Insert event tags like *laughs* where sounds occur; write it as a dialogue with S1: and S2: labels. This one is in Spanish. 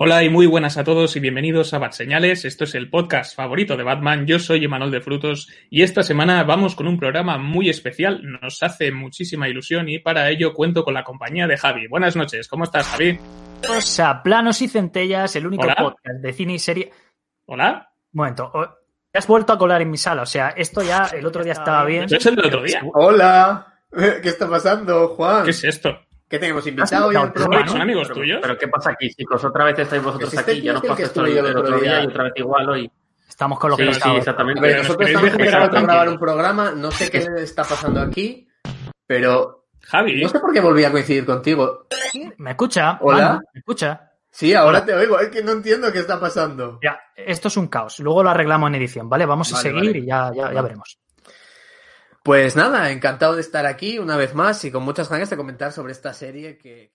S1: Hola y muy buenas a todos y bienvenidos a Bat Señales. Esto es el podcast favorito de Batman. Yo soy Emanuel de Frutos y esta semana vamos con un programa muy especial. Nos hace muchísima ilusión y para ello cuento con la compañía de Javi. Buenas noches, ¿cómo estás, Javi?
S2: Pues a planos y centellas, el único
S1: ¿Hola?
S2: podcast de cine y serie.
S1: Hola.
S2: Un momento, o- te has vuelto a colar en mi sala, o sea, esto ya el otro día estaba bien.
S1: ¿Eso es el del otro día?
S3: Hola, *laughs* ¿qué está pasando, Juan?
S1: ¿Qué es esto?
S3: ¿Qué tenemos invitado hoy
S2: ¿Has
S3: al
S2: invitado
S3: programa?
S1: ¿Son amigos
S3: Pero-
S1: tuyos?
S4: Pero ¿qué pasa aquí, chicos? Otra vez estáis vosotros
S3: Pues este
S4: aquí. Ya nos
S3: tío es
S4: pasó
S3: el que
S4: esto el,
S3: estuve yo
S4: el otro día y otra vez igual hoy.
S2: Estamos con los
S4: Sí,
S2: que
S4: sí,
S3: A
S4: exactamente.
S3: ver,
S1: Pero nos
S3: nosotros
S1: queréis
S3: estamos
S1: dejar
S3: intentando
S1: tranquilos.
S3: grabar un programa, no sé qué está pasando aquí, pero
S1: Javi,
S3: no sé por qué volví a coincidir contigo.
S2: ¿Me escucha?
S3: Hola.
S2: Manu, ¿Me escucha?
S3: Sí, ahora te oigo, es que no entiendo qué está pasando.
S2: Ya, esto es un caos. Luego lo arreglamos en edición, ¿vale? Vamos a
S3: Vale,
S2: seguir
S3: vale.
S2: y ya, ya, ya veremos.
S3: Pues nada, encantado de estar aquí una vez más y con muchas ganas de comentar sobre esta serie que